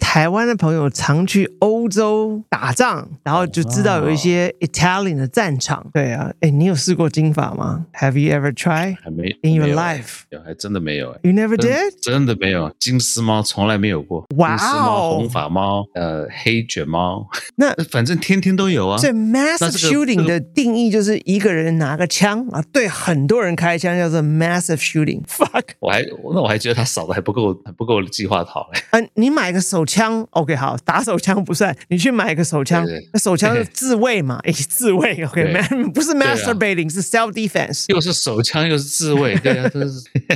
台湾的朋友常去欧洲打仗，然后就知道有一哦些 Italian 的战场。对啊，哎，你有试过金发吗？Have you ever tried 还没 in your 没有 life? 还真的没有哎。 You never 真 did? 真的没有金丝猫，从来没有过。哇哦金丝猫、红发猫、呃，黑卷猫，那 反正天天都有啊。所以 massive 这个 shooting 这的个定义就是一个人拿个枪啊，对很多人开枪，叫做 massive shooting。Fuck 我还那我还觉得他扫的还不够，还不够计划好嘞。啊，你买个手枪，OK 好，打手枪不算，你去买个手枪对对，那手枪是自卫嘛，诶，自卫 OK，对 man- 不是啊 masturbating，是 self defense。又是手枪又是自卫，对啊，都是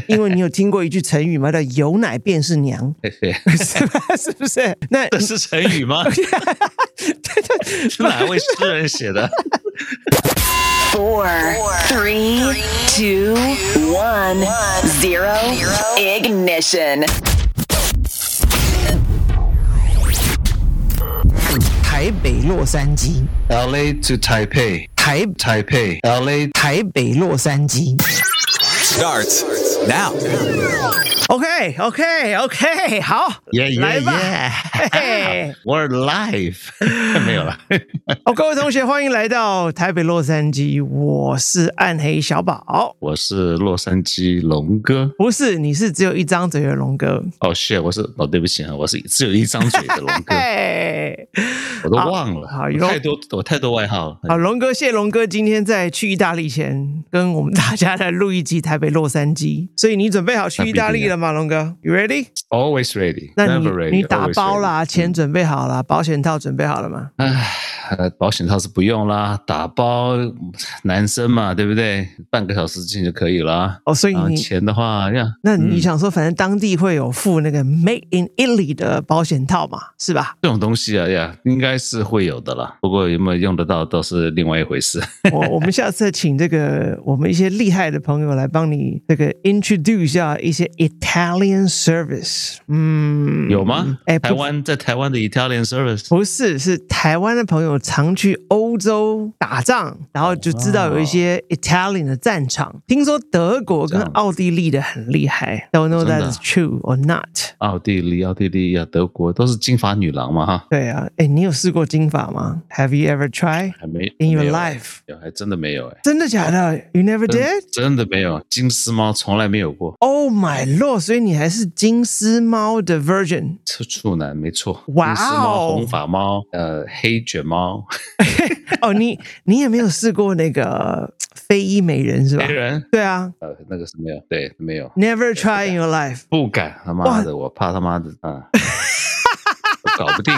因为你有听过一句成语吗？叫有奶便是娘，嘿嘿 是吧？是不是？ 那这是成语吗？是哪位诗人写的？ Four, three, two, one, zero, ignition. 台北洛杉矶， LA to Taipei, 台 Taipei, LA 台北洛杉矶。 Starts now. OK OK OK，好 Yeah, yeah, 来吧。 yeah. 嘿 We're live. 没有了。哦，各位同学，欢迎来到台北洛杉矶，我是暗黑小宝。我是洛杉矶龙哥。不是，你是只有一张嘴的龙哥。哦、shit，我是哦，对不起啊，我是只有一张嘴的龙 哥，嘿，我都忘了。好我有太多我太多外号了。好，龙哥，谢龙哥，今天在去意大利前，跟我们大家来录一集台北洛杉矶。所以你准备好去意大利了吗，龙哥？You ready？ Always ready，那你 never ready。嗯你打包啦，钱准备好了，保险套准备好了吗？唉，呃保险套是不用啦，打包男生嘛，对不对？半个小时进就可以了。哦，所以啊，你钱嗯的话呀，那你想说，反正当地会有附那个 Made in Italy 的保险套嘛，是吧？这种东西啊呀，应该是会有的啦。不过有没有用得到，倒是另外一回事。我我们下次请这个我们一些厉害的朋友来帮你这个 introduce 一下一些 Italian service。嗯，有吗？哎不台湾在台湾的 Italian Service 不是，是台湾的朋友常去欧洲打仗，然后就知道有一些哦 Italian 的战场。听说德国跟这样奥地利的很厉害，Don't know 真的 that is true or not。奥地利、奥地利啊、德国都是金发女郎嘛哈，对啊，哎，你有试过金发吗？Have you ever tried 还没 in your 没有啊 life？有还真的没有哎、真的假的？You never 真 did？真的没有，金丝猫从来没有过， Oh my lord！所以你还是金丝猫的 virgin，处处男没错，哇哦金丝猫、红发猫、呃黑卷猫，哦，你 你也没有试过那个非裔美人是吧黑？人 对嗯啊呃那个是没有，对没有， ，Never try in your life。不敢他妈的，我怕他妈的 啊，我搞不定。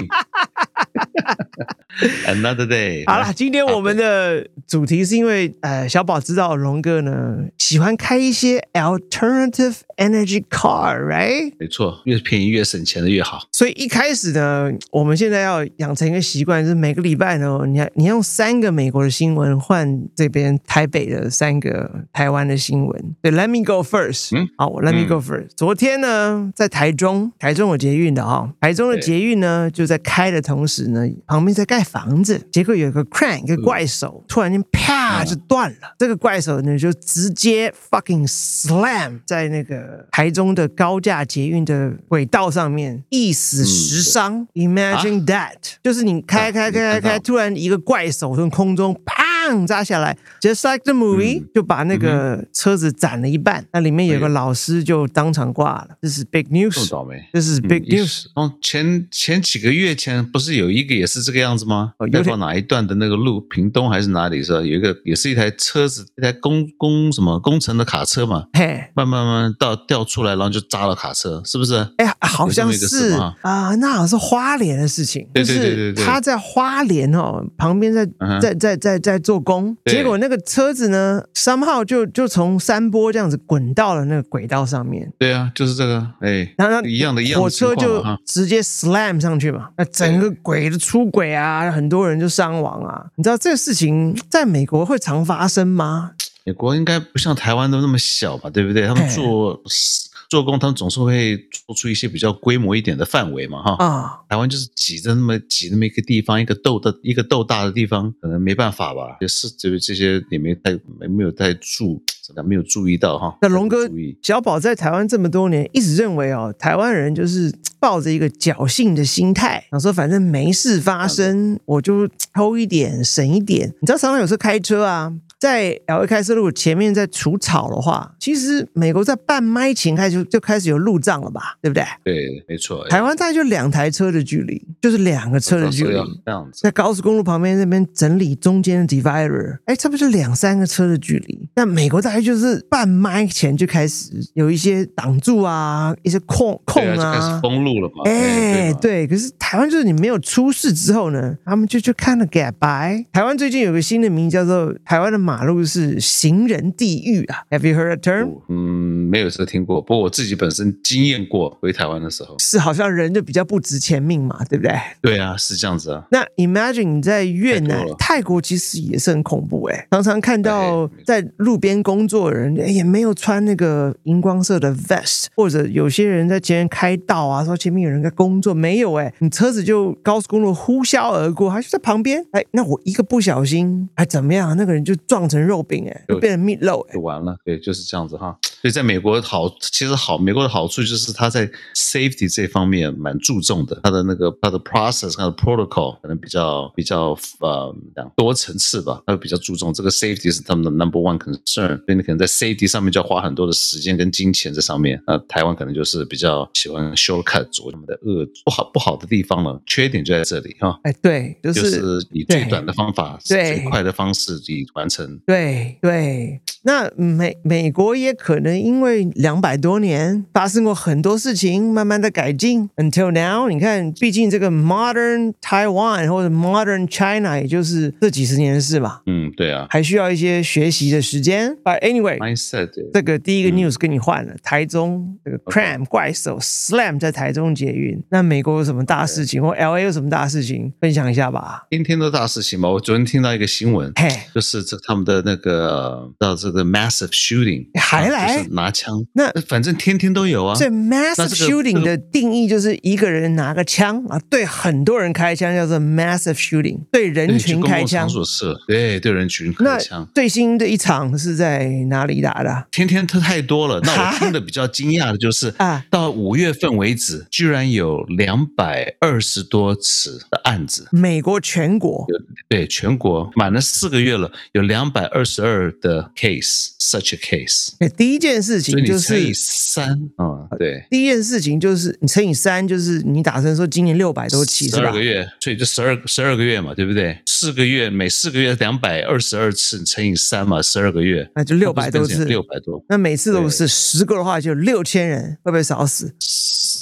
Another day，好啦，今天我们的主题是因为呃，小宝知道龙哥呢喜欢开一些 alternative energy car，right？没错，越便宜越省钱的越好。所以一开始呢，我们现在要养成一个习惯，就是每个礼拜呢，你要你要用三个美国的新闻换这边台北的三个台湾的新闻。对，Let me go first。嗯好，我 Let me 嗯 go first。昨天呢，在台中，台中有捷运的哈、台中的对捷运呢就在开的同时呢，旁边在盖房子，结果有个 crane 一嗯个怪手，突然间啪就断了。这个怪手呢就直接 fucking slam 在那个台中的高架捷运的轨道上面，一死十伤。Imagine that，、就是你开开开嗯啊开你看开，到突然一个怪手从空中砰砸下来，just like the movie，、就把那个车子斩了一半。那里面有个嗯哎呦老师就当场挂了，这是 big 这 news，么倒霉。这是 big 嗯一 news。哦，前前几个月前不是有一个也是这个样子吗哦有？要点到哪一段的那个路，屏东还是哪里是吧？有一个也是一台车子，一台工工什么工程的卡车嘛，嘿，慢慢慢慢到掉出来，然后就砸了卡车，是不是？哎，好像有这么一个事是吗啊、那好像是花莲的事情，对对对对就是对他在花莲哦，旁边在、嗯哼在在在在做工，对结果那个车子呢，三号就就从山坡这样子滚到了那个轨道上面，对啊，就是这个，哎，然后那一样的一样的火车情就况嘛啊哈直接 slam 上去嘛，那整个轨的出轨啊，很多人就伤亡啊，你知道这个事情在美国会常发生吗？美国应该不像台湾都那么小吧，对不对？他们做十做工他们总是会做出一些比较规模一点的范围嘛，哈。啊，台湾就是挤着那么挤那么一个地方，一个豆的一个豆大的地方，可能没办法吧，也是这这些也没太没没有太注怎么讲没有注意到哈。那龙哥注意小宝在台湾这么多年，一直认为哦，台湾人就是抱着一个侥幸的心态，想说反正没事发生，我就偷一点省一点。你知道，常常有时候开车啊，在 L A 开车路前面在除草的话，其实美国在半麦前开始就就开始有路障了吧，对不对？对，没错，哎台湾大概就两台车的距离，就是两个车的距离要。这样子。在高速公路旁边那边整理中间的 divider，哎，差不多就两三个车的距离。但美国大概就是半麦前就开始有一些挡住啊，一些空空对啊，就开始封路了嘛。哎、嘛，对，可是台湾就是你没有出事之后呢，他们就就看了 get by。台湾最近有个新的名叫做台湾的马路是行人地狱啊，Have you heard a term？嗯，没有这个听过，不过我自己本身经验过，回台湾的时候。是好像人就比较不值钱命嘛，对不对？对啊，是这样子啊。那 imagine 你在越太南多了、泰国，其实也是很恐怖哎、常常看到在路边工作的人、哎也没有穿那个荧光色的 vest，或者有些人在前面开道啊，说前面有人在工作，没有哎、你车子就高速公路呼啸而过，还就在旁边，哎，那我一个不小心，哎怎么样，那个人就撞成肉饼哎、就变成 meat loaf 哎、就完了，对，就是这样子哈。所以在美国好，其实好，美国的好处就是它在 safety 这方面蛮注重的，它的那个它的 process、它的 protocol 可能比较比较呃讲多层次吧，它会比较注重这个 safety 是他们的 number one concern，所以你可能在 safety 上面就要花很多的时间跟金钱在上面。那台湾可能就是比较喜欢 shortcut 走他们的恶不好不好的地方了，缺点就在这里哈。哎，对，就、就是是以最对短的方法、对最快的方式以完成对对，那美美国也可能因为两百多年发生过很多事情，慢慢的改进。Until now，你看，毕竟这个 modern Taiwan 或者 modern China，也就是这几十年的事吧，嗯，对啊还需要一些学习的时间。But anyway， ，mindset 对这个第一个 news 跟你换了，台中这个 cram 怪手 slam 在台中捷运，那美国有什么大事情，或 LA 有什么大事情，分享一下吧。今天的大事情嘛，我昨天听到一个新闻，嘿，就是这他们的那个呃到这个 massive shooting 还来啊就是拿枪，那反正天天都有啊。所以 massive 那这个 shooting 这的定义就是一个人拿个枪啊，对很多人开枪叫做 massive shooting，对人对去群公开共枪场。所射，对对人群那开枪，最新的一场是在哪里打的啊？天天都太多了。那哈我听的比较惊讶的就是啊到五月份为止，居然有两百二十多起的案子，美国全国对全国满了四个月了，有两百二十二的 case，such a case，哎第一件事所以情你就乘以是。三啊，对。第一件事情就是你乘以三，就是你打算说今年六百多起十是二吧个？月，所以就十二十二个月嘛，对不对？四个月，每四个月两百二十二次乘以三嘛，十二个月，那就600多次六百多。那每次都对是十个的话，就六千人，会不会少死？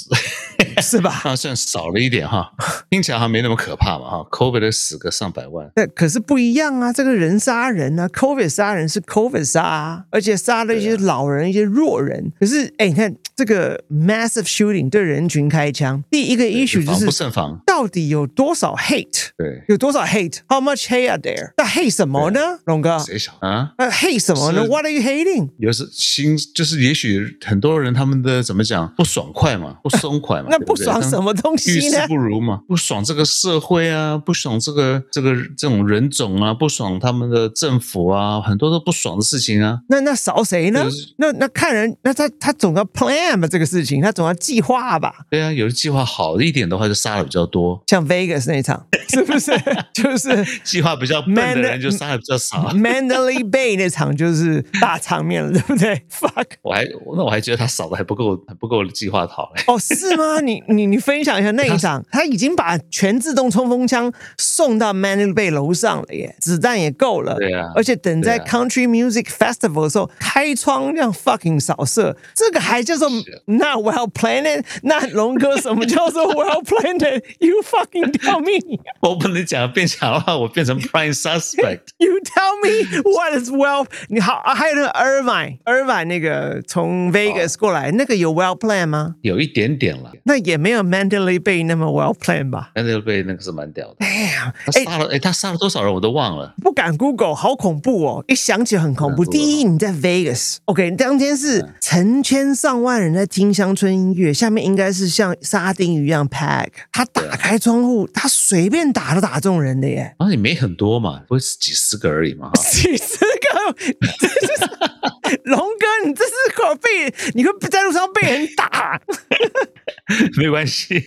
是吧？好像少了一点 哈，听起来好像没那么可怕嘛哈。COVID 的死个上百万，那可是不一样啊！这个人杀人啊，COVID 杀人是 COVID 杀、啊，而且杀了一些老人、一些弱人。可是，哎，你看这个 massive shooting 对人群开枪，第一个 issue 就防不是胜防。到底有多少 hate，对，有多少 hate？How much hate are there？那 hate 什么呢，龙哥？谁想啊？那 hate 什么呢是？What are you hating？，有时心就是，也许很多人他们的怎么讲不爽快嘛，不松快嘛那对不不对爽什么东遇西事呢？不如嘛，不爽这个社会啊，不爽这个这个这种人种啊，不爽他们的政府啊，很多都不爽的事情啊。那那少谁呢就是？那那看人，那他他总要 plan 吧这个事情，他总要计划吧。对啊，有的计划好一点的话就杀的比较多，像 Vegas 那一场，是不是？ 就是计划比较笨 Man 的的人就杀的比较少。 Mandalay Bay 那场就是大场面了，对不对？Fuck，我还那我还觉得他少的还不够，还不够计划好嘞。 哦，是吗？你你你分享一下那一场，他已经把全自动冲锋枪送到 Mandalay Bay 楼上了耶，子弹也够了，对啊而且等在对啊 Country Music Festival 的时候，开窗让 fucking 扫射，啊这个还叫做 not well planned？那龙哥什么叫做 well planned？You You fucking tell me. 我不能讲变强的话，我变成 prime suspect。 You tell me what is well？你好，啊还有那个 Irvine，Irvine 那个哦从 Vegas 过来，那个有 well plan 吗？有一点点了，那也没有 Mandalay Bay 那么 well plan 吧但是被那个是蛮屌的。 ？Damn，他哎、杀了，哎，他杀了多少人我都忘了。不敢 Google，好恐怖哦！一想起很恐怖。不敢 Google 嗯第一，你在 Vegas，OK，、当天是成千上万人在听乡村音乐，下面应该是像沙丁鱼一样 pack。他打开窗户，他随便打都打中人的耶。然后也没很多嘛，不会是几十个而已嘛。哈 几十个，这就是龙哥，你这是可被你会在路上被人打。 没关系，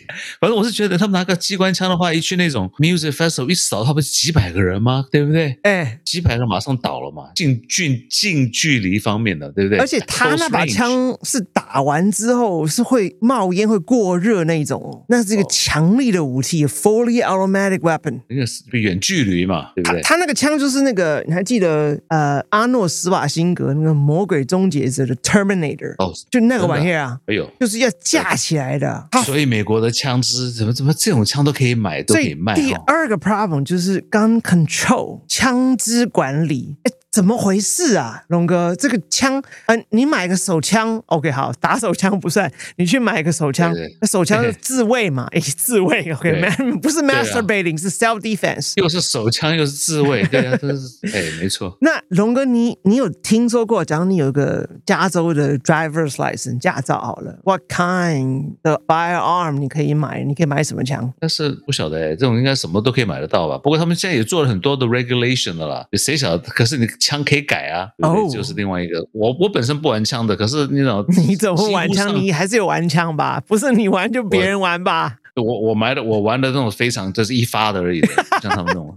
反正我是觉得他们拿个机关枪的话，一去那种 music festival 一扫，他不是几百个人吗？对不对？ 哎，几百个马上倒了嘛，近距近距离方面的，对不对？而且他那把 Close range 枪是打完之后是会冒烟、会过热那一种哦，那是一个强力的武器，fully automatic weapon。那个是远距离嘛，对不他对？他那个枪就是那个，你还记得呃，阿诺·斯瓦辛格那个《魔鬼终结者》的 Terminator，哦，就那个玩意儿啊，哎呦，就是要架起来的。啊他所以美国的枪支怎么怎么这种枪都可以买，都所可以以卖哦第哈。二个 problem 就是 gun control 枪支管理。哎怎么回事啊，龙哥？这个枪，呃，你买个手枪，OK，好，打手枪不算，你去买个手枪对对，那手枪是自卫 嘛？哎，自卫对，OK，man，不是对啊 masturbating，、是 self defense。又是手枪又是自卫，对啊，都是哎，没错，那龙哥，你你有听说过，假如你有个加州的 driver's license 驾照好了，what kind 的 firearm 你可以买？你可以买什么枪？但是不晓得哎，这种应该什么都可以买得到吧？不过他们现在也做了很多的 regulation 的啦，谁晓得？可是你枪可以改啊，对不对哦就是另外一个。我我本身不玩枪的，可是你老 你怎么玩几枪？乎上你还是有玩枪吧？不是你玩就别人玩吧？我我买的我玩的那种非常就是一发的而已的，不像他们那种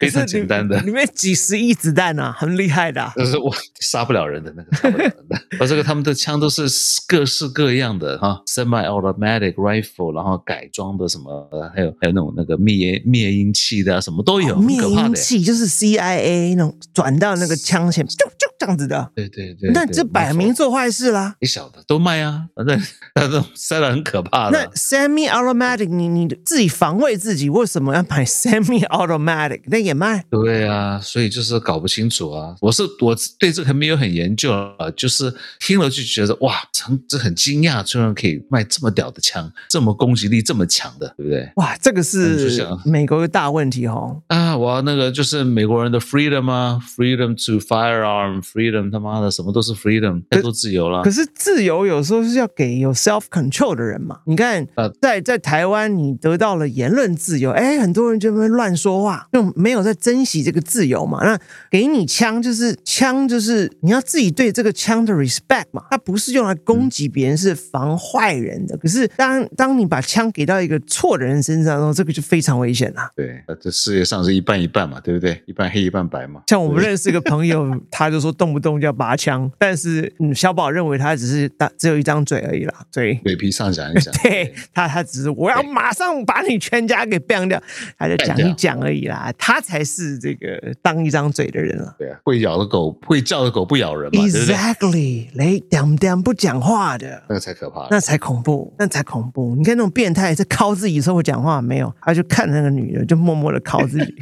非常简单的 可是。里面几十亿子弹啊，很厉害的啊、就是我杀不了人的那个，杀不了人的。而这个他们的枪都是各式各样的哈，semi-automatic rifle，然后改装的什么，还有还有那种那个灭灭音器的啊，什么都有，很哦灭可怕音的。欸器就是 CIA 那种转到那个枪前，就就这样子的。对对对，那对这摆明做坏事啦。你晓得都卖啊，反正那种塞的很可怕那的。 semi automatic，你你自己防卫自己，为什么要买 semi automatic？那也卖对啊，所以就是搞不清楚啊。我是我对这个还没有很研究啊，就是听了就觉得哇，很这很惊讶，居然可以卖这么屌的枪，这么攻击力这么强的，对不对？哇，这个嗯就是像啊美国的大问题哦。啊，我要那个就是美国人的 freedom 啊，freedom to firearm，freedom 他妈的什么都是 freedom，太多自由了可。是自由有时候是要给有 self control 的人嘛。你看呃，在在台湾，你得到了言论自由，哎，很多人就会乱说话，就没有在珍惜这个自由嘛。那给你枪，就是枪，就是你要自己对这个枪的 respect 嘛。它不是用来攻击别人，是防坏人的。可是当当你把枪给到一个错的人身上的时候，这个就非常危险了、对，呃这世界上是一半一半嘛，对不对？一半黑一半白嘛。像我们认识一个朋友，他就说动不动就要拔枪，但是嗯，小宝认为他只是打只有一张嘴而已啦，所以，嘴皮上讲一讲 对他他只是我要马上把你全家给 ban 掉，他就讲一讲而已啦，他才是这个当一张嘴的人了。对啊，会咬的狗会叫的狗不咬人嘛，对不对？ Exactly，雷点点不讲话的。那个才可怕。那才恐怖，那才恐怖！你看那种变态在靠自己的时候讲话没有，他就看那个女的，就默默的靠自 己。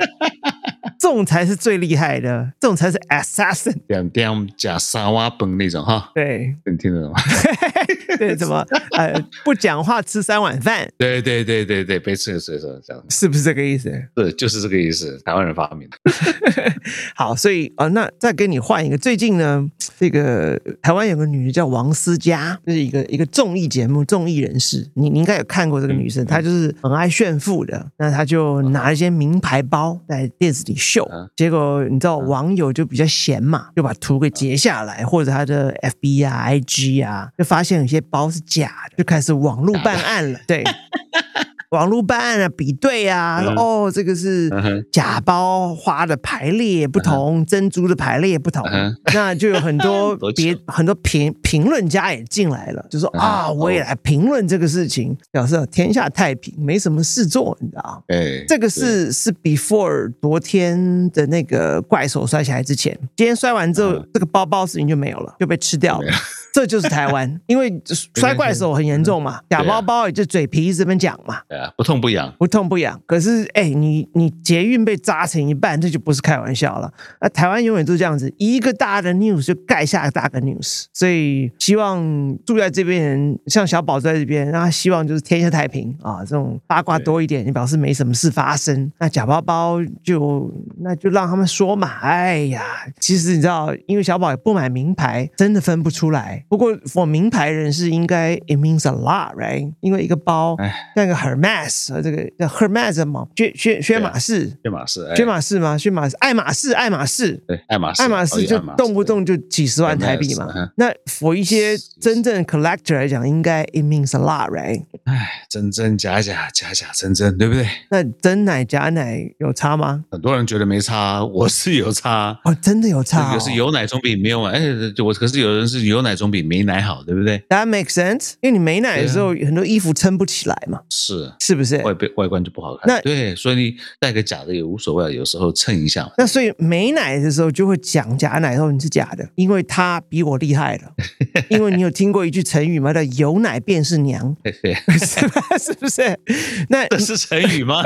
这种才是最厉害的，这种才是 assassin。点点假沙瓦崩那种哈，对，你听得懂吗？ 对，怎么呃不讲话吃三碗饭，对对对对对，被刺刺刺这样，是不是这个意思？是就是这个意思，台湾人发 明的。好，所以啊、呃那再给你换一个。最近呢，这个呃台湾有个女的叫王思佳，就是一个一个综艺节目综艺人士，你你应该有看过这个女生，她就是很爱炫富的。那她就拿了一些名牌包在电视里秀啊，结果你知道网友就比较闲嘛，就把图给截下来，或者她的 FB 啊、IG 啊，就发现有些包是假的，就开始网络办案了。对。网络办案啊，比对啊，嗯哦，这个是嗯哼假包花的排列也不同，珍珠的排列也不同嗯，那就有很多 多别巧很多评评论家也进来了，就说嗯啊，我也来评论这个事情，表示天下太平，没什么事做，你知道。哎，这个是是 before 昨天的嗯那个怪手摔下来之前，今天摔完之后，这个包包事情就没有了，就被吃掉了。这就是台湾，因 为摔怪手很严重嗯嘛，啊假包包也就嘴皮子这边讲嘛，对啊，不痛不痒，不痛不痒。可是哎、你你捷运被扎成一半，这就不是开玩笑了。那台湾永远都这样子，一个大的 news 就盖下大个 news，所以希望住在这边人，像小宝住在这边，那他希望就是天下太平啊，这种八卦多一点，你表示没什么事发生。那假包包就那就让他们说嘛，哎呀，其实你知道，因为小宝也不买名牌，真的分不出来。不过 for 名牌人士应该 it means a lot，right？因为一个包哎，像一个 Hermes 呃这个叫 Hermes 什么薛薛薛马仕，薛马仕，哎薛马仕吗？薛马仕，爱马仕，爱马仕。对，爱马仕，爱马哦仕就动不动就几十万台币爱嘛马仕嗯。那 for 一些真正 collector 来讲，应该 it means a lot，right？哎，真真假假，假假真真，对不对？那真奶假奶有差吗？很多人觉得没差，我是有差。哦，真的有差、这哦。个是有奶总比没有奶，哎，我可是有人是有奶总比没奶好，对不对？ That makes sense，因为你没奶的时候，啊很多衣服撑不起来嘛，是是不是？外被外观就不好看。那对，所以你戴个假的也无所谓，啊有时候蹭一下嘛。 那所以没奶的时候就会讲假奶，说你是假的，因为他比我厉害 了。因为你有听过一句成语吗？叫“有奶便是娘嘿 嘿”， 是吧？是不是？那这是成语吗？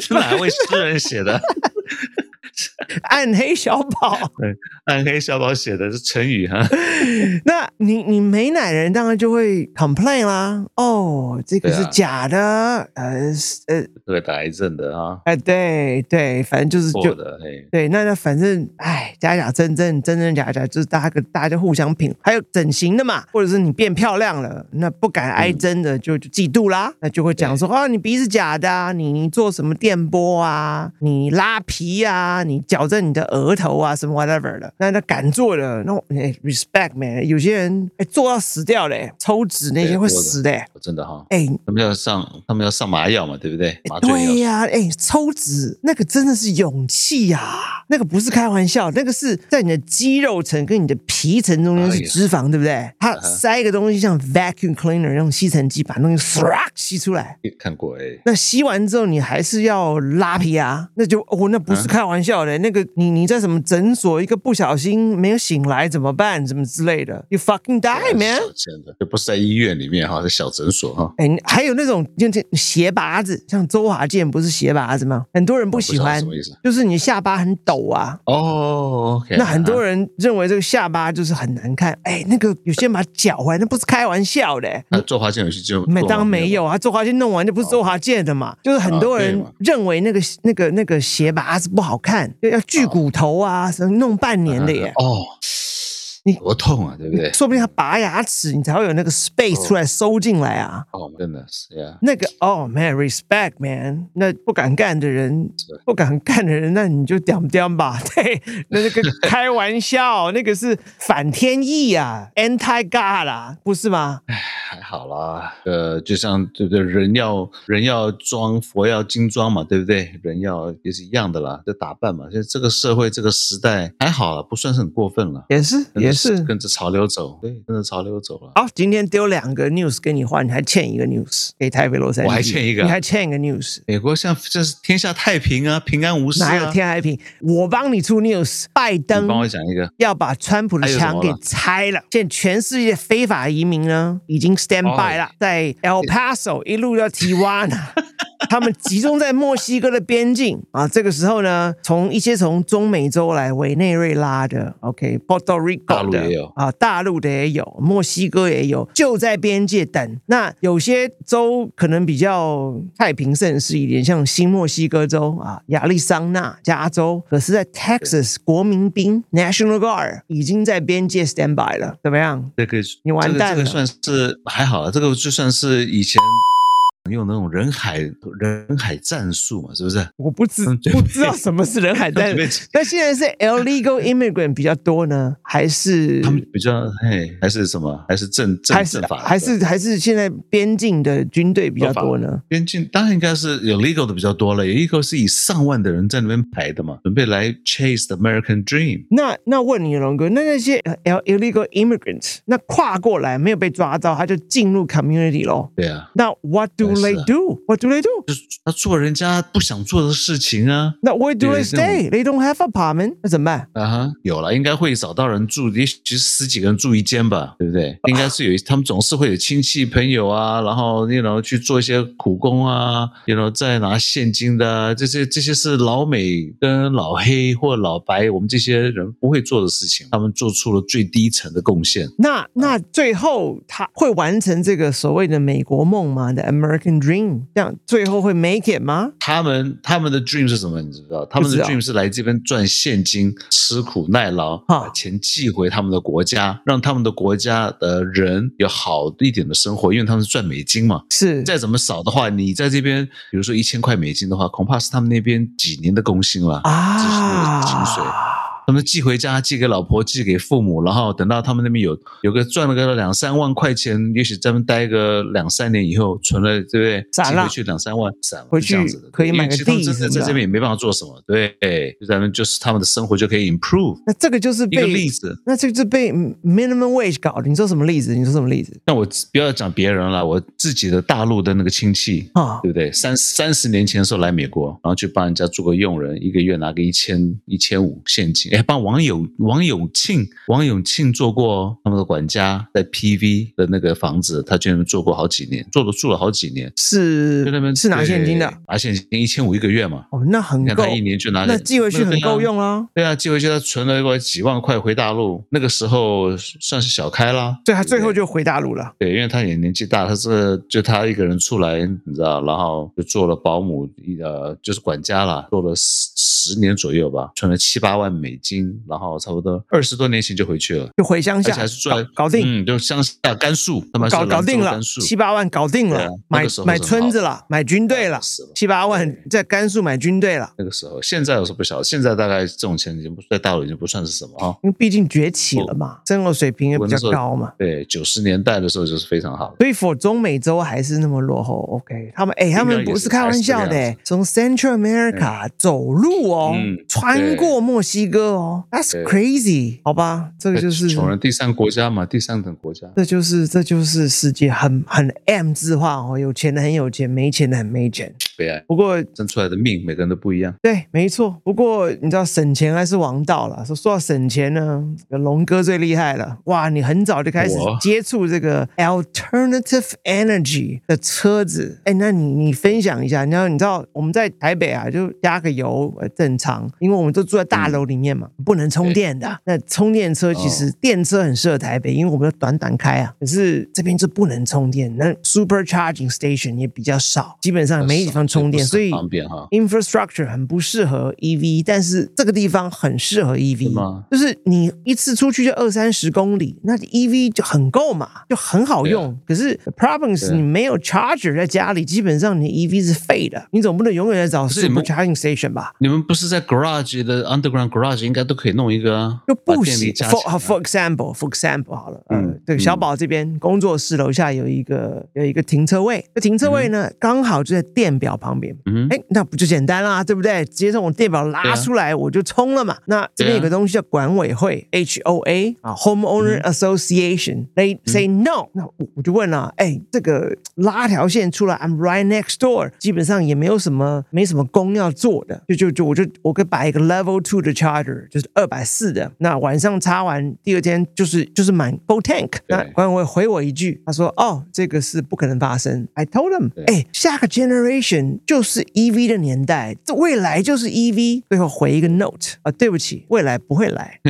是哪位诗人写的？ 暗黑小宝，暗黑小宝写的是成语哈。 那你你没奶的人当然就会 complain 啦。哦，这个是对啊假的，呃是呃，这个打癌症的啊，哎，对对，反正就是错就的，哎，对，那那反正，哎，假假真真，真真假假，就是大家个大家互相品。还有整形的嘛，或者是你变漂亮了，那不敢挨嗯真的就就嫉妒啦，那就会讲说啊，你鼻子假的、啊，你你做什么电波啊，你拉皮啊，你矫正你的额头啊，什么 whatever 的。那那敢做的，那我哎 respect man，有些人哎做到死掉嘞、抽脂那些对会多的死的、欸，真的哈。哎。他们要上，他们要上麻药嘛，对不对？麻醉药对。呀、哎、抽脂那个真的是勇气呀、那个不是开玩笑，那个是在你的肌肉层跟你的皮层中间是哎呀嗯脂肪，对不对？它塞一个东西像 vacuum cleaner 那种吸尘机，把东西唰吸出来。看过哎，那吸完之后，你还是要拉皮啊？那就哦，那嗯不是开玩笑的。那个你你在什么诊所，一个不小心没有醒来怎么办？什么之类的？You fucking die, man！真的，就不是在医院里面哈，在小诊所哈。啊哎，你还有那种就这斜拔子，像周华健不是斜拔子吗？很多人不喜哦我知道欢，什么意思就是你下巴很陡啊。哦，OK，那很多人人认为这个下巴就是很难看，哎，那个有些人把它绞回来，那不是开玩笑的、那周华健有去就每当没有哦啊，周华健弄完就不是周华健的嘛，就是很多人啊对嘛认为那个那个那个斜拔是不好看，要要锯骨头啊，什么弄半年的耶，哦，你多痛啊，对不对？说不定他拔牙齿，你才会有那个 space 出来收进来啊。哦，真的是呀，那个哦、man，respect man，那不敢干的人是，不敢干的人，那你就屌不屌吧？对，那那 个开玩笑，那个是反天意啊，anti god 啦，不是吗？还好啦。呃，就像对不对？人要人要装，佛要金装嘛，对不对？人要也是一样的啦，就打扮嘛。就这个社会这个时代还好了，不算是很过分了。也是，真的也是。跟着潮流走，对，跟着潮流走啊了。好，今天丢两个 news 给你换，你还欠一个 news 给台北洛杉矶，我还欠一个啊你还欠一个 news，美国像这是天下太平啊，平安无事哪啊有。天海平？我帮你出 news，拜你登帮我讲一个，要把川普的墙给拆了。现在全世界非法移民呢已经 stand by 了，在 El Paso 一路到 Tijuana。他们集中在墨西哥的边境啊，这个时候呢，从一些从中美洲来，委内瑞拉的，OK，Puerto 大 Rico 陆的也有啊，大陆的也有，墨西哥也有，就在边界等。那有些州可能比较太平盛世一点，像新墨西哥州啊、亚利桑那、加州，可是在 Texas 国民兵 National Guard 已经在边界 stand by 了，怎么样？这个你完蛋这个、这了个算是还好了，这个就算是以前用那种人海人海战术嘛，是不是？我不知嗯对不知道什么是人海战 对对，那现在是 illegal immigrant 比较多呢，还是他们比较嘿，还是什么？还是正正还是正法的？还是还是现在边境的军队比较多呢？边境当然应该是有 legal 的比较多了，有 legal 是以上万的人在那边排的嘛，准备来 chase the American dream。那那问你龙哥，那那些呃 ill- illegal immigrants，那跨过来没有被抓到，他就进入 community 咯。对啊，那 what do do they do? What do they do? 就是他做人家不想做的事情啊。那 where do they 对这种 stay? They don't have apartment，那怎么办？啊哈，有了，应该会找到人住，也许十几个人住一间吧，对不对？应该是有一，他们总是会有亲戚朋友啊，然后你 know 去做一些苦工啊，你 know 再拿现金的啊，这些这些是老美跟老黑或老白我们这些人不会做的事情，他们做出了最低层的贡献。那那最后他会完成这个所谓的美国梦吗？The American Dream，这样最后会 make it 吗？他们他们的 dream 是什么？你知不知道？他们不知的道 dream 是来这边赚现金，吃苦耐劳，啊把钱寄回他们的国家，让他们的国家的人有好一点的生活，因为他们是赚美金嘛。是再怎么少的话，你在这边，比如说一千块美金的话，恐怕是他们那边几年的工薪了。这是那个薪水啊，他们寄回家，寄给老婆，寄给父母，然后等到他们那边有有个赚了个两三万块钱，也许咱们待个两三年以后，存了，对不对？散了寄回去两三万，散了，回是这样去子的可以因为买个其实他们地真什的么在的这边也没办法做什么，对，就咱们就是他们的生活就可以 improve。那这个就是一个被例子，那这就是被 minimum wage 搞的。你说什么例子？你说什么例子那我不要讲别人了，我自己的大陆的那个亲戚，啊？对不对？三三十年前的时候来美国，然后去帮人家做个佣人，一个月拿个一千一千五现金。哎，帮王友王永庆王永庆做过他们的管家，在 PV 的那个房子，他去那边做过好几年，做了住了好几年，是在那边是拿现金对的，拿现金一千五一个月嘛。哦，那很你看够他，一年就拿那寄回去很够。那个对啊用啦。对啊，寄回去他存了个几万块回大陆，那个时候算是小开啦。所以他最对不对后就回大陆了。对，因为他也年纪大，他是就他一个人出来，你知道，然后就做了保姆，呃，就是管家啦，做了十十年左右吧，存了七八万美金，然后差不多二十多年前就回去了，就回乡而且下还是住在搞搞定，嗯，就乡下甘肃，他们是搞搞兰州定了甘，肃七八万搞定对了啊，那买个时候买是很村子好啊了，买军队了是，的七八万在甘肃买军队了，那个时候，现在我是不晓得，现在大概这种钱已经不在大陆已经不算是什么哈、因为毕竟崛起了嘛，生活水平也比哦我那较时候高嘛，对，九十年代的时候就是非常好的。所以 for 中美洲还是那么落后。OK，他们哎，他们应该也不是开玩笑的还是这个样欸，从 Central America 走路哦嗯，穿过墨西哥哦，That's 对 crazy，好吧，这个就是穷人第三国家嘛，第三等国家。这就是这就是世界很很 M 字化哦，有钱的很有钱，没钱的很没钱。悲哀，不过生出来的命每个人都不一样。对，没错。不过你知道省钱还是王道啦。说说到省钱呢，这个龙哥最厉害了。哇，你很早就开始我接触这个 alternative energy 的车子。哎，那你你分享一下，你知道你知道我们在台北啊，就加个油呃正常，因为我们都住在大楼里面嘛，嗯不能充电的。啊那充电车其哦实电车很适合台北，因为我们要短短开啊。可是这边就不能充电，那 supercharging station 也比较少，基本上没地方充电，呃不是所很以方便哈。 infrastructure 很不适合 EV，但是这个地方很适合 EV，是吗就是你一次出去就二三十公里，那 EV 就很够嘛，就很好用。可是 the problem 是啊对啊你没有 charger 在家里，基本上你 EV 是废的，你总不能永远在找是 super 你们 charging station 吧？你们不是在 garage 的 underground garage 应该都可以弄一个啊？就把不电力行。加 For 强啊 for example, for example 好了，嗯嗯，对，嗯小宝这边工作室楼下有一个有一个停车位，那停车位呢刚好就在电表旁边，嗯哎，那不就简单啦，对不对？直接从我电表对拉啊出来我就充了嘛。那这边有个东西叫管委会 HOA 啊，Homeowner Association，they say no，那我我就问了，哎，这个拉条线出来，I'm right next door，基本上也没有什么没什么工要做的，就就就我就我可以摆一个 Level Two 的 charger，就是二百四的，那晚上插完，第二天就是就是满 full tank，那对管委会回我一句，他说：“哦，这个是不可能发生。”I told him，对哎、下个 generation 就是 EV 的年代，这未来就是 EV。最后回一个 note 啊，对不起，未来不会 来。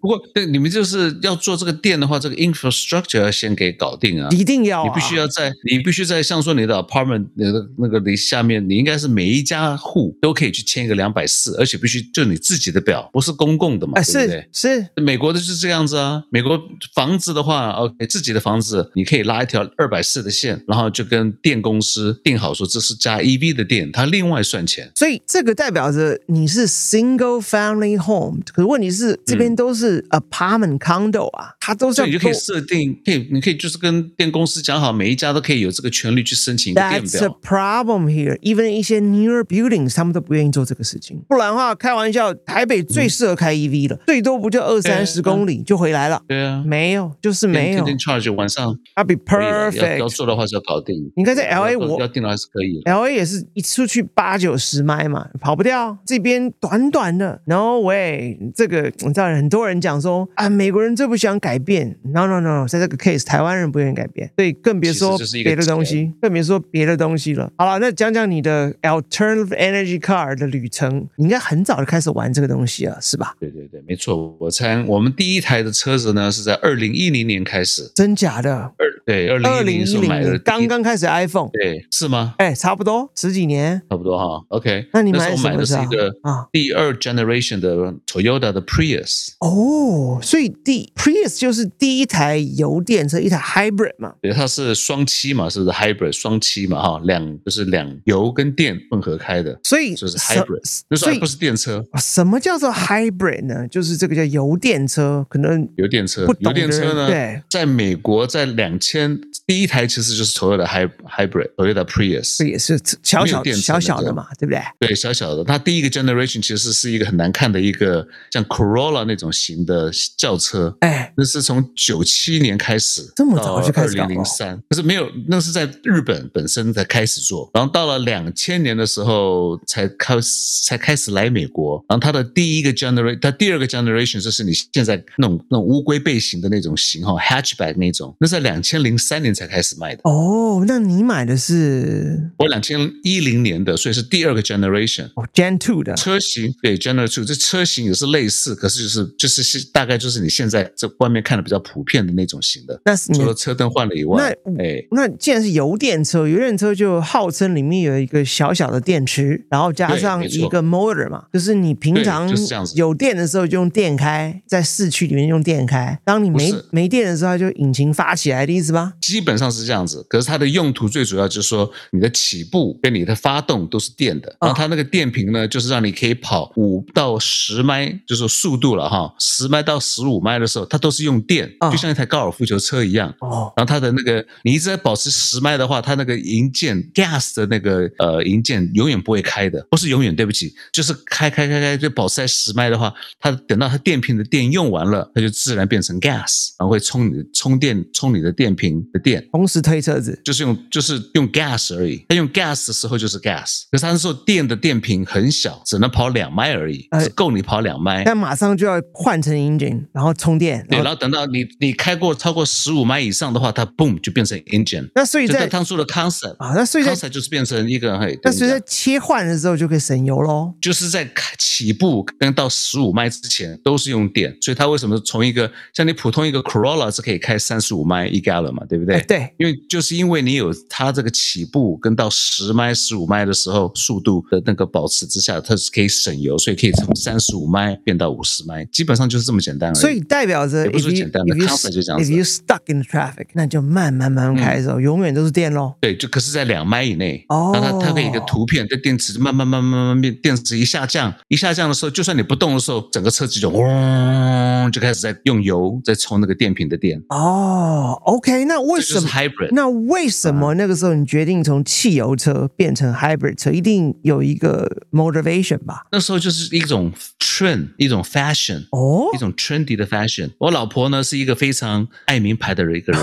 不过，对你们就是要做这个店的话，这个 infrastructure 要先给搞定啊。一定要、啊，你必须要在，你必须在，像说你的 apartment 你的那个离下面，你应该是每一家户都可以去签一个两百四，而且必须就你自己的表，不是公共的嘛，哎、对不对是？是，美国的就是这样子啊，美国房子的话，OK，自己的房子你可以拉一条二百四的线，然后就跟电公司定好说，这者是加 EV 的店，它另外算钱。所以这个代表着你是 single family home，可是问题是这边都是 apartment condo 啊，它都是嗯所以要你就可以够设定，可以你可以就是跟电公司讲好，每一家都可以有这个权利去申请一个电 That's the 表。 problem here. Even 一些 newer buildings，他们都不愿意做这个事情。不然的话，开玩笑，台北最适合开 EV 了，最多不就二三十嗯公里就回来了。对啊，没有，就是没有天。天 charge 晚上它比可以的要要 perfect。做的话是要搞定。你看在 LA 要我要定了还是可以的。 L A 也是一出去八九十迈嘛，跑不掉。这边短短的，No way！这个你知道，很多人讲说啊，美国人最不想改变。No No No，在这个 case，台湾人不愿意改变，所以更别说其实就是一个别的东西，更别说别的东西了。好了，那讲讲你的 alternative energy car 的旅程，你应该很早就开始玩这个东西了，是吧？对对对，没错。我猜我们第一台的车子呢是在二零一零年开始，真假的？二对二二零零一一零时候零买的第年一，刚刚开始 iPhone，对是吗？哎，差不多十几年。差不多哈，OK。那你时买候什买么的是车一个啊？第二 generation 的 Toyota 的 Prius，哦，所以第 Prius 就是第一台油电车，一台 hybrid 嘛。对，它是双七嘛，是不是 hybrid 双七嘛？哈，两就是两油跟电混合开的，所以就是什 hybrid 那时候所以哦还不是电车，什么叫做 hybrid 呢？就是这个叫油电车，可能油电车不，懂的油人电车呢，对在美国在两千第一台其实就是 Toyota hy- hybrid Toyota Prius，这也是小小没有电小车的小的对嘛，对不对？对，小小的。它第一个 generation 其实是一个很难看的一个像 Corolla 那种型的轿车。哎，那是从九七年开始，这么早就开始搞哦二零零三，可是没有，那是在日本本身才开始做，然后到了两千年的时候才开始才开始来美国，然后它的第一个 generation，它第二个 generation 就是你现在那种那种乌龟背型的那种型哈，hatchback 那种，那是在两千零三年才开始卖的。哦，那你买的是我两千一零年的，所以是第二个 generation。哦 Gen Two 的车型对 General Two，这车型也是类似，可是就是就是是大概就是你现在这外面看的比较普遍的那种型的，那是你除的了车灯换了以外，那哎，那既然是油电车，油电车就号称里面有一个小小的电池，然后加对上没错一个 motor 嘛，就是你平对常就是这样子有电的时候就用电开，在市区里面用电开，当你没不是没电的时候，它就引擎发起来的意思吧？基本上是这样子。可是它的用途最主要就是说，你的起步跟你的发动都是电的，然后它那个电瓶呢，就是让你可以跑五到十迈，就是速度了哈，十迈到十五迈的时候，它都是用电啊，就像一台高尔夫球车一样。哦，然后它的那个，你一直在保持十迈的话，它那个银键 gas 的那个呃银键永远不会开的，不是永远，对不起，就是开开开开就保持在十迈的话，它等到它电瓶的电用完了，它就自然变成 gas，然后会充你的充电充你的电瓶的电，同时推车子，就是用就是用 gas 而已。它用 gas 的时候就是 gas，可是它那时候电的电瓶很小，只能跑两迈而已哎，只够你跑两迈。但马上就要换成引擎，然后充电，对，然然后后等到你你开过超过十五迈以上的话，它 boom 就变成 engine。那所以就在在当初的 concept 啊，那所以在 concept 就是变成一个，嘿，那对所以在切换的时候就可以省油喽。就是在开起步跟到十五迈之前都是用电，所以它为什么从一个像你普通一个 Corolla 是可以开三十五迈一 gallon 嘛，对不对？哎对，因为就是因为你有它这个起步跟到十迈、十五迈的时候速度的那个保持之下，它是可以省油，所以可以从三十五迈变到五十迈，基本上就是这么简单而已。所以代表着哎也不 if 是 you 简单的 if you concept 就这样 if 子嗯 you stuck in the traffic，那就慢慢慢慢开的时候，永远都是电喽。对，就可是在两迈以内，哦然后它它会有一个图片，这电池慢慢慢慢慢慢变，电池一下降，一下降的时候，就算你不动的时候，整个车子就嗡就开始在用油在充那个电瓶的电，哦，OK，那为这什就是嗯么？ hybrid。那为什么那个时候你决定从汽油车变成 hybrid 车？一定有一个 motivation 吧？那时候就是一种 trend，一种 fashion，、哦一种 trendy 的 fashion。我老婆呢是一个非常爱名牌的一 个人，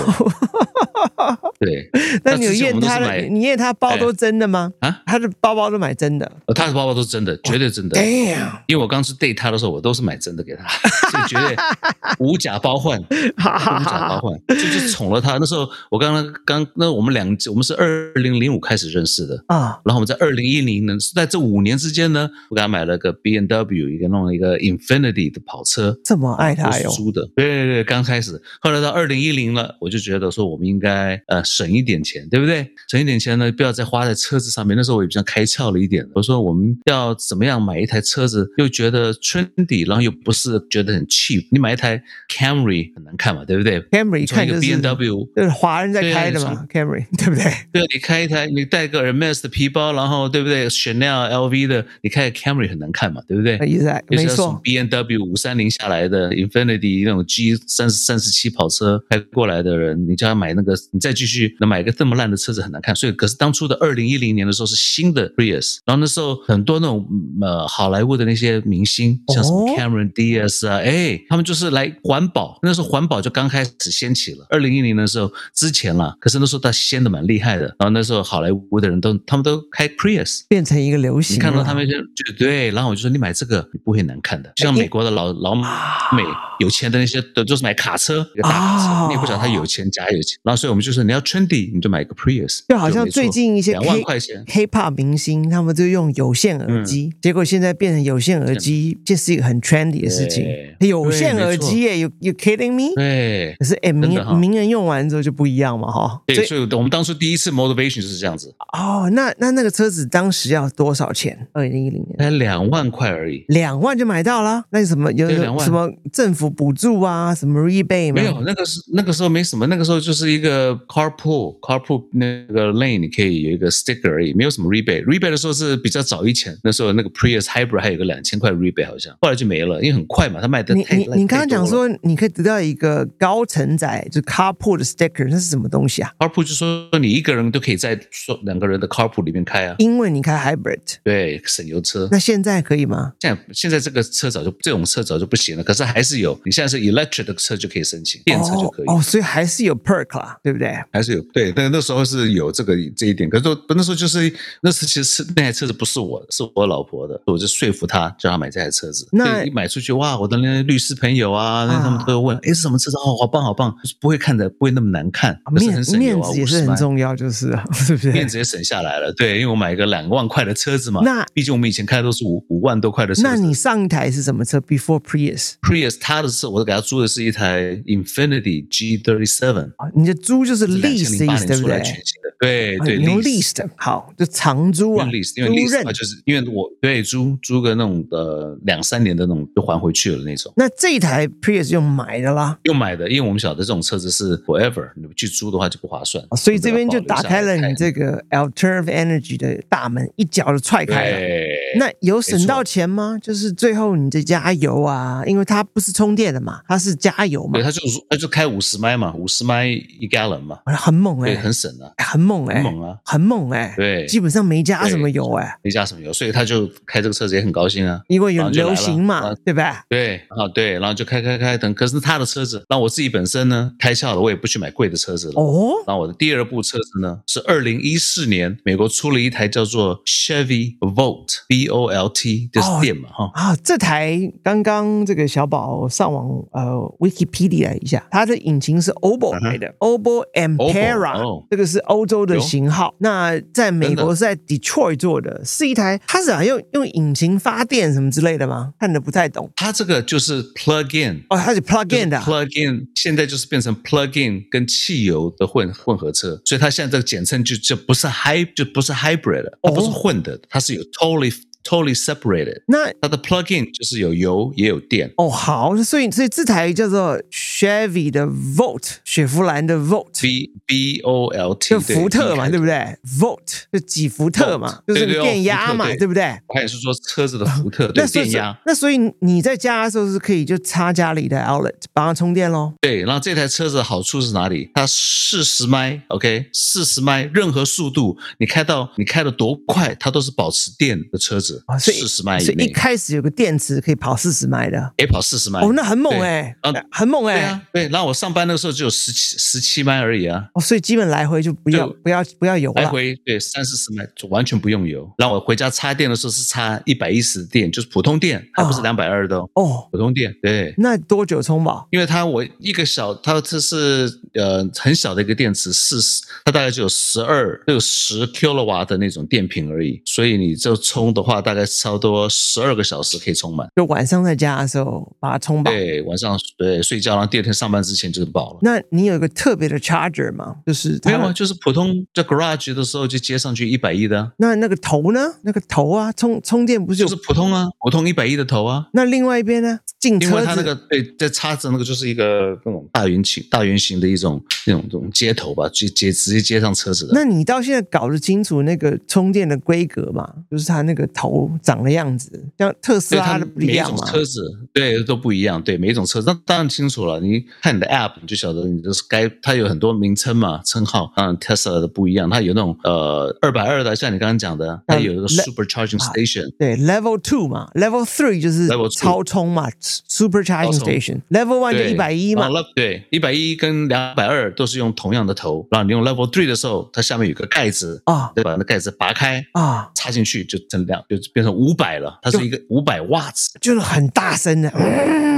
对。那你有之前我验们都他是的？买你验他包都真的吗？哎啊，他的包包都买真的呃，他的包包都是真的，绝对真的。哦？Damn，因为我刚是 date 他的时候，我都是买真的给他，所以绝对无假包换，无假包换， 就就宠了他。那时候我刚刚刚那我们两我们是二零零五开始认识的，啊，然后我们在二零一零年，在这五年之间呢，我给他买了个 B N W，一个弄了一个 Infinity 的跑车，这么爱都他是哟。租的。对对对，刚开始，后来到二零一零了，我就觉得说我们应该呃省一点钱，对不对？省一点钱呢，不要再花在车子上面。那时候我也比较开窍了一点，我说我们要怎么样买一台车子，又觉得 trendy，然后又不是觉得很 cheap。你买一台 Camry 很难看嘛，对不对 Camry 你从一个看就是 BMW 就是华人在对啊开的你嘛从，Camry 对不对？ 对，你开一台，你带个 Hermes 的皮包，然后对不对？Chanel、LV 的，你开个 Camry 很难看嘛，对不对？意思在就是没要从错， B N W 五三零下来的 Infinity 那种 G 三三十七跑车开过来的人，你叫他买那个，你再继续那买一个这么烂的车子很难看。所以，可是当初的二零一零年的时候是新的 Prius，然后那时候很多那种嗯呃好莱坞的那些明星，像什么哦 Cameron Diaz 啊，哎，他们就是来环保。那时候环保就刚开始掀起了，二零一零的时候之前啦，可是那时候他掀的蛮厉害的。然后那时候好莱坞的人都他们都开 Prius，变成一个流行你了。看到他们就就对，然后我就说你买这个你不会难看的，就像因美国的老老美有钱的那些都都是买卡车，一个大卡车，哦你也不晓得他有钱假有钱，然后所以我们就说你要 trendy 你就买一个 Prius，就好像没错最近一些两万 K 块钱。 hiphop 明星，他们就用有线耳机，结果现在变成有线耳机，这是一个很 trendy 的事情。嗯对有线对耳没错机耶，you you kidding me？对可是哎，名哈名人用完之后就不一样嘛，哈。所对，以所以我们当初第一次 motivation 就是这样子，哦，那那那个车子当时要多少钱？二零一零年。才两万块而已。两万就买到了，那什么有对两有万什么政府补助啊，什么 rebate 吗没有，那个是那个时候没什么，那个时候就是一个 carpool carpool 那个 lane，你可以有一个 sticker 而已，没有什么 rebate。rebate 的时候是比较早以前，那时候那个 Prius Hybrid 还有个两千块 rebate 好像，后来就没了，因为很快嘛，它卖的你太你你刚刚讲。太多了说你可以得到一个高承载，就 carpool 的 sticker，那是什么东西啊？ carpool 就说你一个人都可以在说两个人的 carpool 里面开啊，因为你开 hybrid，对，省油车。那现在可以吗？现在现在这个车早就这种车早就不行了，可是还是有，你现在是 electric 的车就可以申请，电车就可以。啊哦，哦所以还是有 perk 啦，对不对？还是有对，但那时候是有这个这一点，可是都那时候就是那时其实是那台车子不是我的，是我老婆的，我就说服她叫她买这台车子。那所以一买出去哇，我的那些律师朋友啊，那啊他们都会问，哎，是什么车子？哦，好棒好棒，就是不会看的不会那么难看，可是面很省油面啊，子也是50很万。重要，就是 了是不是？面子也省下来了，对，因为我买一个两万块的车子嘛，那毕竟我们以前开的都是五五万多块的车子。那你上一台是什么车？Before Prius， Prius 他的是，我给他租的是一台 Infinity G thirty seven，啊你的租就是是两千 lease 的零八意思，对年不出来对？全新的，对啊对，你用 lease lease 的，好，就长租啊，用 lease，因为 lease 租的赁话，。就是因为我对租租个那种呃两三年的那种就还回去了那种。那这一台 Prius 用买的啦，又买的，因为我们晓得这种车子是 forever，你去租的话就不划算啊。所以这边就我们把它打开了保留下来你这个 alternative energy 的大门，一脚就踹开了。对，那有省到钱吗？就是最后你的加油啊，因为它不是充电的嘛，它是加油嘛对，，他就他就开五十迈嘛，五十迈一 gallon 嘛，啊很猛哎、对，很省啊，很猛哎、很猛啊，很猛哎、对基本上没加什么油哎、没加什么油，所以他就开这个车子也很高兴啊。因为有然后就来流了行嘛，啊对吧？对啊，对，然后就开开开，等可是他的车子，那我自己本身呢开窍了，我也不去买贵的车子了。哦，那我的第二部车子呢，是二零一四年美国出了一台叫做 Chevy Volt V O L T 就是哦电嘛哈。啊，这台刚刚这个小宝上网呃 Wikipedia 一下，它的引擎是 Obo 来的、o b o Ampera，、嗯哦这个是欧洲的有型号。那在美真国的是在 Detroit 做的，是一台它是啊用用引擎发电什么之类的吗？看的不太懂。它这个就是 plug in，哦，它是 plug in 的啊、就是 plug in，现在就是变成 plug in 跟汽油的混混合车，所以它现在这个简称就就不是 hy 就不是 hybrid 了，它不哦是混的，它是有 totally totally separated。那它的 plug in 就是有油也有电，哦好，所以所以这台叫做 Chevy 的 Volt，雪佛兰的 Volt。 V V O L T，就福特嘛，对不对？对？Volt 就几福特嘛，就 Volt，是对对个哦电压嘛，福特对对不对？它也是说车子的福特， 那对所以电压。那所以你在家的时候是可以就插家里的 outlet 帮它充电喽。对，然后这台车子的好处是哪里？它四十迈，OK，四十迈，任何速度，你开到你开的多快，它都是保持电的车子啊，，所以四十迈以所以一内，开始有个电池可以跑四十迈的，也跑四十迈。哦，那很猛对哎、啊很猛哎、对啊，对。然后我上班的时候只有十七十七迈而已啊，哦，所以基本来回就不要就不要不要油来了。回对三四十迈，就完全不用油。然后我回家插电的时候是插一百一十电，就是普通电，还不是啊两百二的哦，哦，普通电。对，那多久充饱？因为它我一个小，它这是呃很小的一个电池，四十，它大概只有十二，只有十 kilowatt 的那种电瓶而已，所以你就充的话，大概差不多十二个小时可以充满。就晚上在家的时候把它充饱。对，晚上对睡觉，然后第二天上班之前就是饱了。那你有一个特别的 charger 吗？就是没它有啊，就是普通在 garage 的时候就接上去一百亿的啊，那那个头呢？那个头啊，充充电不是有？就是普通啊，普通一百亿的头啊。那另外一边呢？进另车外，子它那个对，在叉子那个就是一个那种大圆形、大圆形的一种那种这种接头吧，接接直接接上车子的。那你到现在搞得清楚那个充电的规格嘛？就是它那个头长的样子，像特斯对它拉的不一每一样种嘛？车子对都不一样，对每一种车子，那当然清楚了。你看你的 app 你就晓得，你就是该它有很多名称嘛，称号。当然 Tesla 的不一样，它有那种呃二百二的，像你刚刚讲的，它有一个嗯那 super charging 啊 station，对，Level Two 嘛，Level Three 就是 Level two 超充嘛，Super Charging 超充 Station，Level One 就对一百一嘛然，后 lev- 对，一百一跟两百二都是用同样的头。然后你用 Level Three 的时候，它下面有个盖子，啊对吧？那盖子拔开。啊，插进去就成两，就变成五百了。它是一个五百瓦兹，就是很大声的，嗯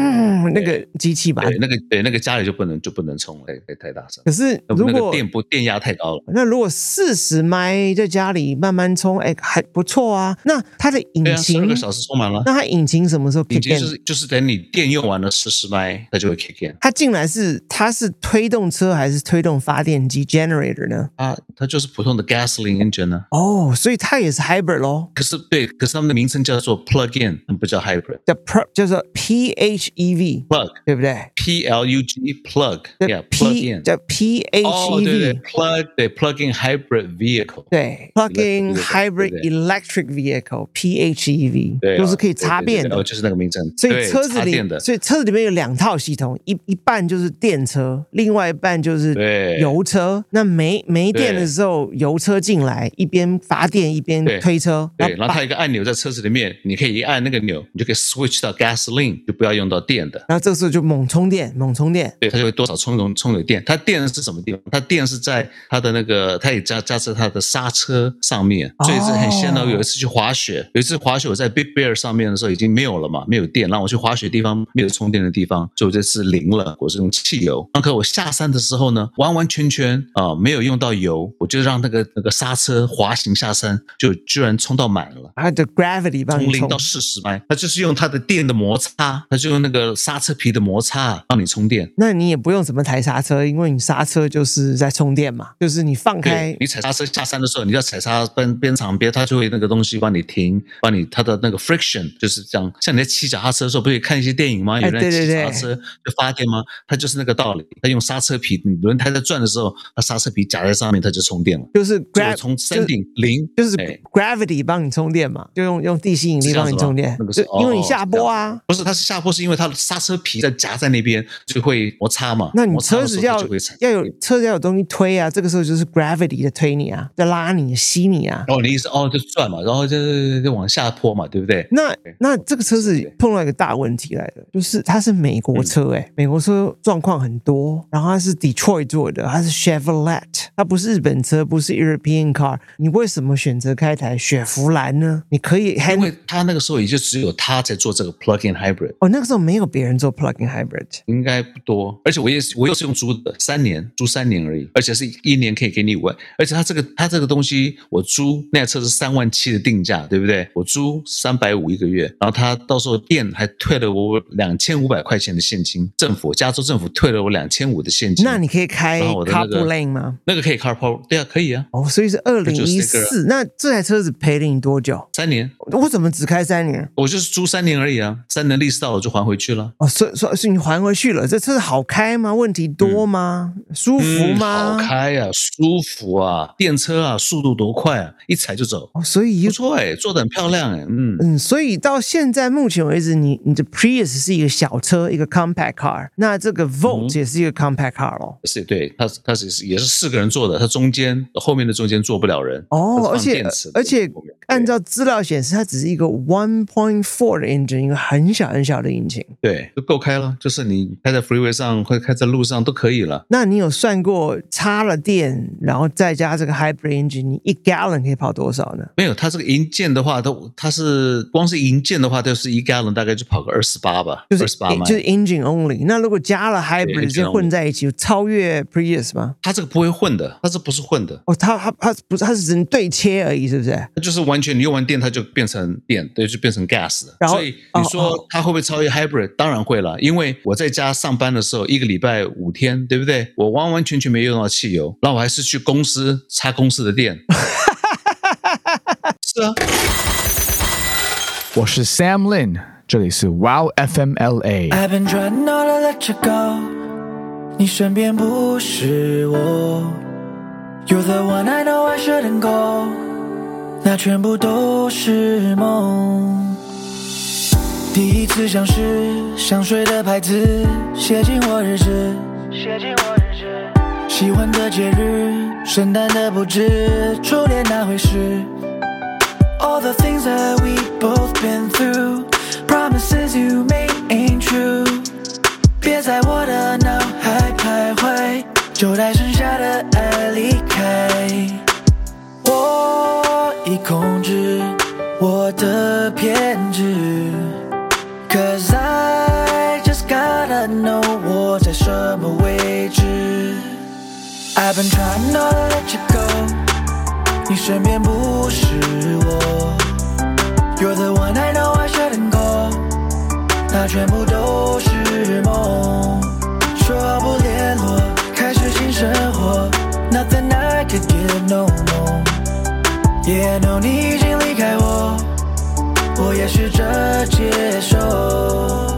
那个机器吧。对，那个对那个家里就不能就不能充了，太太大声。可是那如那个果电波电压太高了。那如果四十迈在家里慢慢充，哎，还不错啊。那它的引对啊，十擎二，个小时充满了，那它引擎什么时候引擎 kick 就 in？是就是等你电用完了十十麦，它就会 kick in。它进来是它是推动车还是推动发电机 generator 呢？它它就是普通的 gasoline engine 呢、哦，所以它也是 hybrid 咯，可是对，可是他们的名称叫做 plug in，不叫 hybrid。叫 pro 叫做 PHEV， plug 对不对？ p l u g plug 叫 yeah plug P E in 叫 PHEV，、哦对对 plug 对 plug in hybrid vehicle 对，plug-in Electric hybrid electric vehicle (PHEV) 对啊就是可以插对对对电对哦的。就是那个名称，所以对车子插里电，的所以车子里面有两套系统，一一半就是电车，另外一半就是对油车。那没没电的对时候，油车进来，一边发电一边对推车。对，然后把它有一个按钮在车子里面，你可以一按那个钮，你就可以 switch 到 gasoline，就不要用到电的。然后这个时候就猛充电，猛充电。对，它就会多少充容充有电。它电是什么地方？它电是在它的那个，它也加加在它的刹车上面，所以是很显然。哦有一次去滑雪，有一次滑雪我在 Big Bear 上面的时候已经没有了嘛，没有电，让我去滑雪地方没有充电的地方，所以我这次零了，我是用汽油。那可我下山的时候呢，完完全全啊、呃没有用到油，我就让那个那个刹车滑行下山，就居然充到满了。它的 gravity 帮从你零嗯充到四十迈，它就是用它的电的摩擦，它就用那个刹车皮的摩擦让你充电。那你也不用怎么踩刹车，因为你刹车就是在充电嘛，就是你放开对，你踩刹车下山的时候，你要踩刹边边长边，它就会那个东西帮你停，帮你它的那个 friction 就是这样。像你在骑脚踏车的时候，不是看一些电影吗？有人对哎对骑对脚踏车就发电吗？它就是那个道理。它用刹车皮，你轮胎在转的时候，它刹车皮夹在上面，它就充电了。就是 gra 就从山顶零就是哎 gravity 帮你充电嘛，就用用地心引力帮你充电是这样子吗那，个就是因为你哦下坡啊。不是，它是下坡，是因为它的刹车皮在夹在那边，就会摩擦嘛。那你摩擦车的时子候要它就会产生要有车子要有东西推啊，这个时候就是 gravity 在推你啊，在拉你、吸你啊。哦，你意思哦，就转嘛，然后就就就往下坡嘛，对不对？那对那这个车子对嗯碰到一个大问题来了，就是它是美国车哎、美国车状况很多，然后它是 Detroit 做的，它是 Chevrolet，它不是日本车，不是 European car，你为什么选择开台雪佛兰呢？你可以还因为他那个时候也就只有他在做这个 plug-in hybrid，哦那个时候没有别人做 plug-in hybrid，应该不多。而且我也是我又是用租的，三年租三年而已，而且是一年可以给你五万。而且他这个他这个东西，我租那台车是三万七的定价，对不对？我租三百五一个月，然后他到时候店还退了我两千五百块钱的现金，政府加州政府退了我两千五的现金。那你可以开然后我的那 carpool 个 lane 吗？那个可以 carpool，对啊，可以啊，哦，所以是二零一就是那四。那这台车子赔了你多久？三年。我怎么只开三年？我就是租三年而已啊，三年历史到了就还回去了。哦，所以所以所以你还回去了。这车子好开吗？问题多吗？舒服吗？嗯、好开啊，舒服啊，电车啊，速度多快啊，一踩就走，哦，所以不错哎、做的很漂亮哎、嗯。嗯，所以到现在目前为止，你你的 Prius 是一个小车，一个 compact car。那这嗯个 Volt 也是一个 compact car 咯。是对，它它是是也是四个人坐的，它中间后面的中间坐不了人它哦，是而放且电池的而且后面对按照资料显示，它只是一个1.4的 engine，一个很小很小的引擎。对对，就够开了，就是你开在 freeway 上或者开在路上都可以了。那你有算过插了电，然后再加这个 hybrid engine，你一 gallon 可以跑多少呢？没有，它这个银件的话，它它是光是银件的话，就是一 gallon 大概就跑个二十八吧，就是二十八迈就是。engine only。那如果加了 hybrid， engine 就混在一起，超越 Prius 吗？它这个不会混的，它这不是混的，哦，它它它不是，它是只能对切而已，是不是？它就是完全你用完电，它就变成电，对，就变成 gas 了。然后所以哦你说它会不会超越 hybrid？当然会了，因为我在家上班的时候，一个礼拜五天，对不对？我完完全全没用到汽油，那我还是去公司插公司 的电。是啊，我是 Sam Lin，这里是 Wow FMLA。 I've been trying not to let you go，你身边不是我。You're the one I know I shouldn't go，那全部都是梦。第一次相识，香水的牌子写进我日志，写进我日志。喜欢的节日，圣诞的布置，初恋那回事。All the things that we both been through, promises you made ain't true。别在我的脑海徘徊，就带剩下的爱离开。我已控制我的偏执，Cause I just gotta know 我在什么位置。I've been trying not to let you go。你身边不是我。You're the one I know I shouldn't go，那全部都是梦。说好不联络，开始新生活，Nothing I could get no more。也 no，你已经离开我，我也试着接受。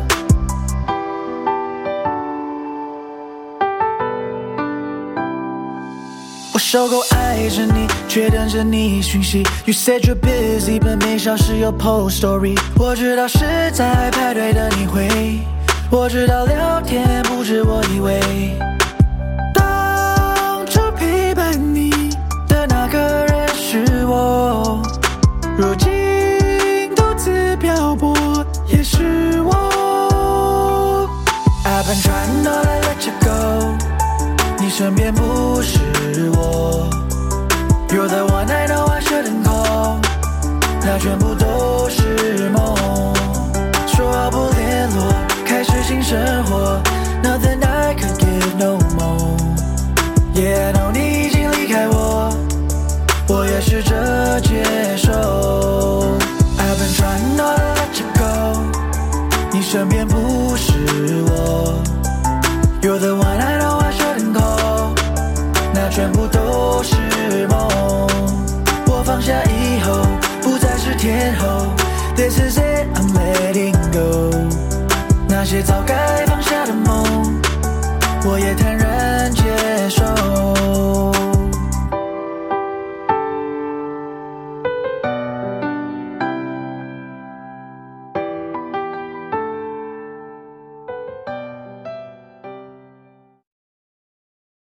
我受够爱着你，却等着你讯息。You said you're busy，but 每小时有 post story。我知道是在排队等你回，我知道聊天不止我以为。当初陪伴你的那个人是我，如今独自漂泊也是我。I've been trying not to let you go。你身边不是我。You're the one I know I shouldn't call，那全部都是梦。说好不联络，开始新生活，Nothing I could give no more。Yeah，no，你已经离开我，我也试着接受。I've been trying not to let you go，你身边不是我。You're the one I know I shouldn't go，那全部都是梦。我放下以后，不再是天后。This is it，I'm letting go。那些早该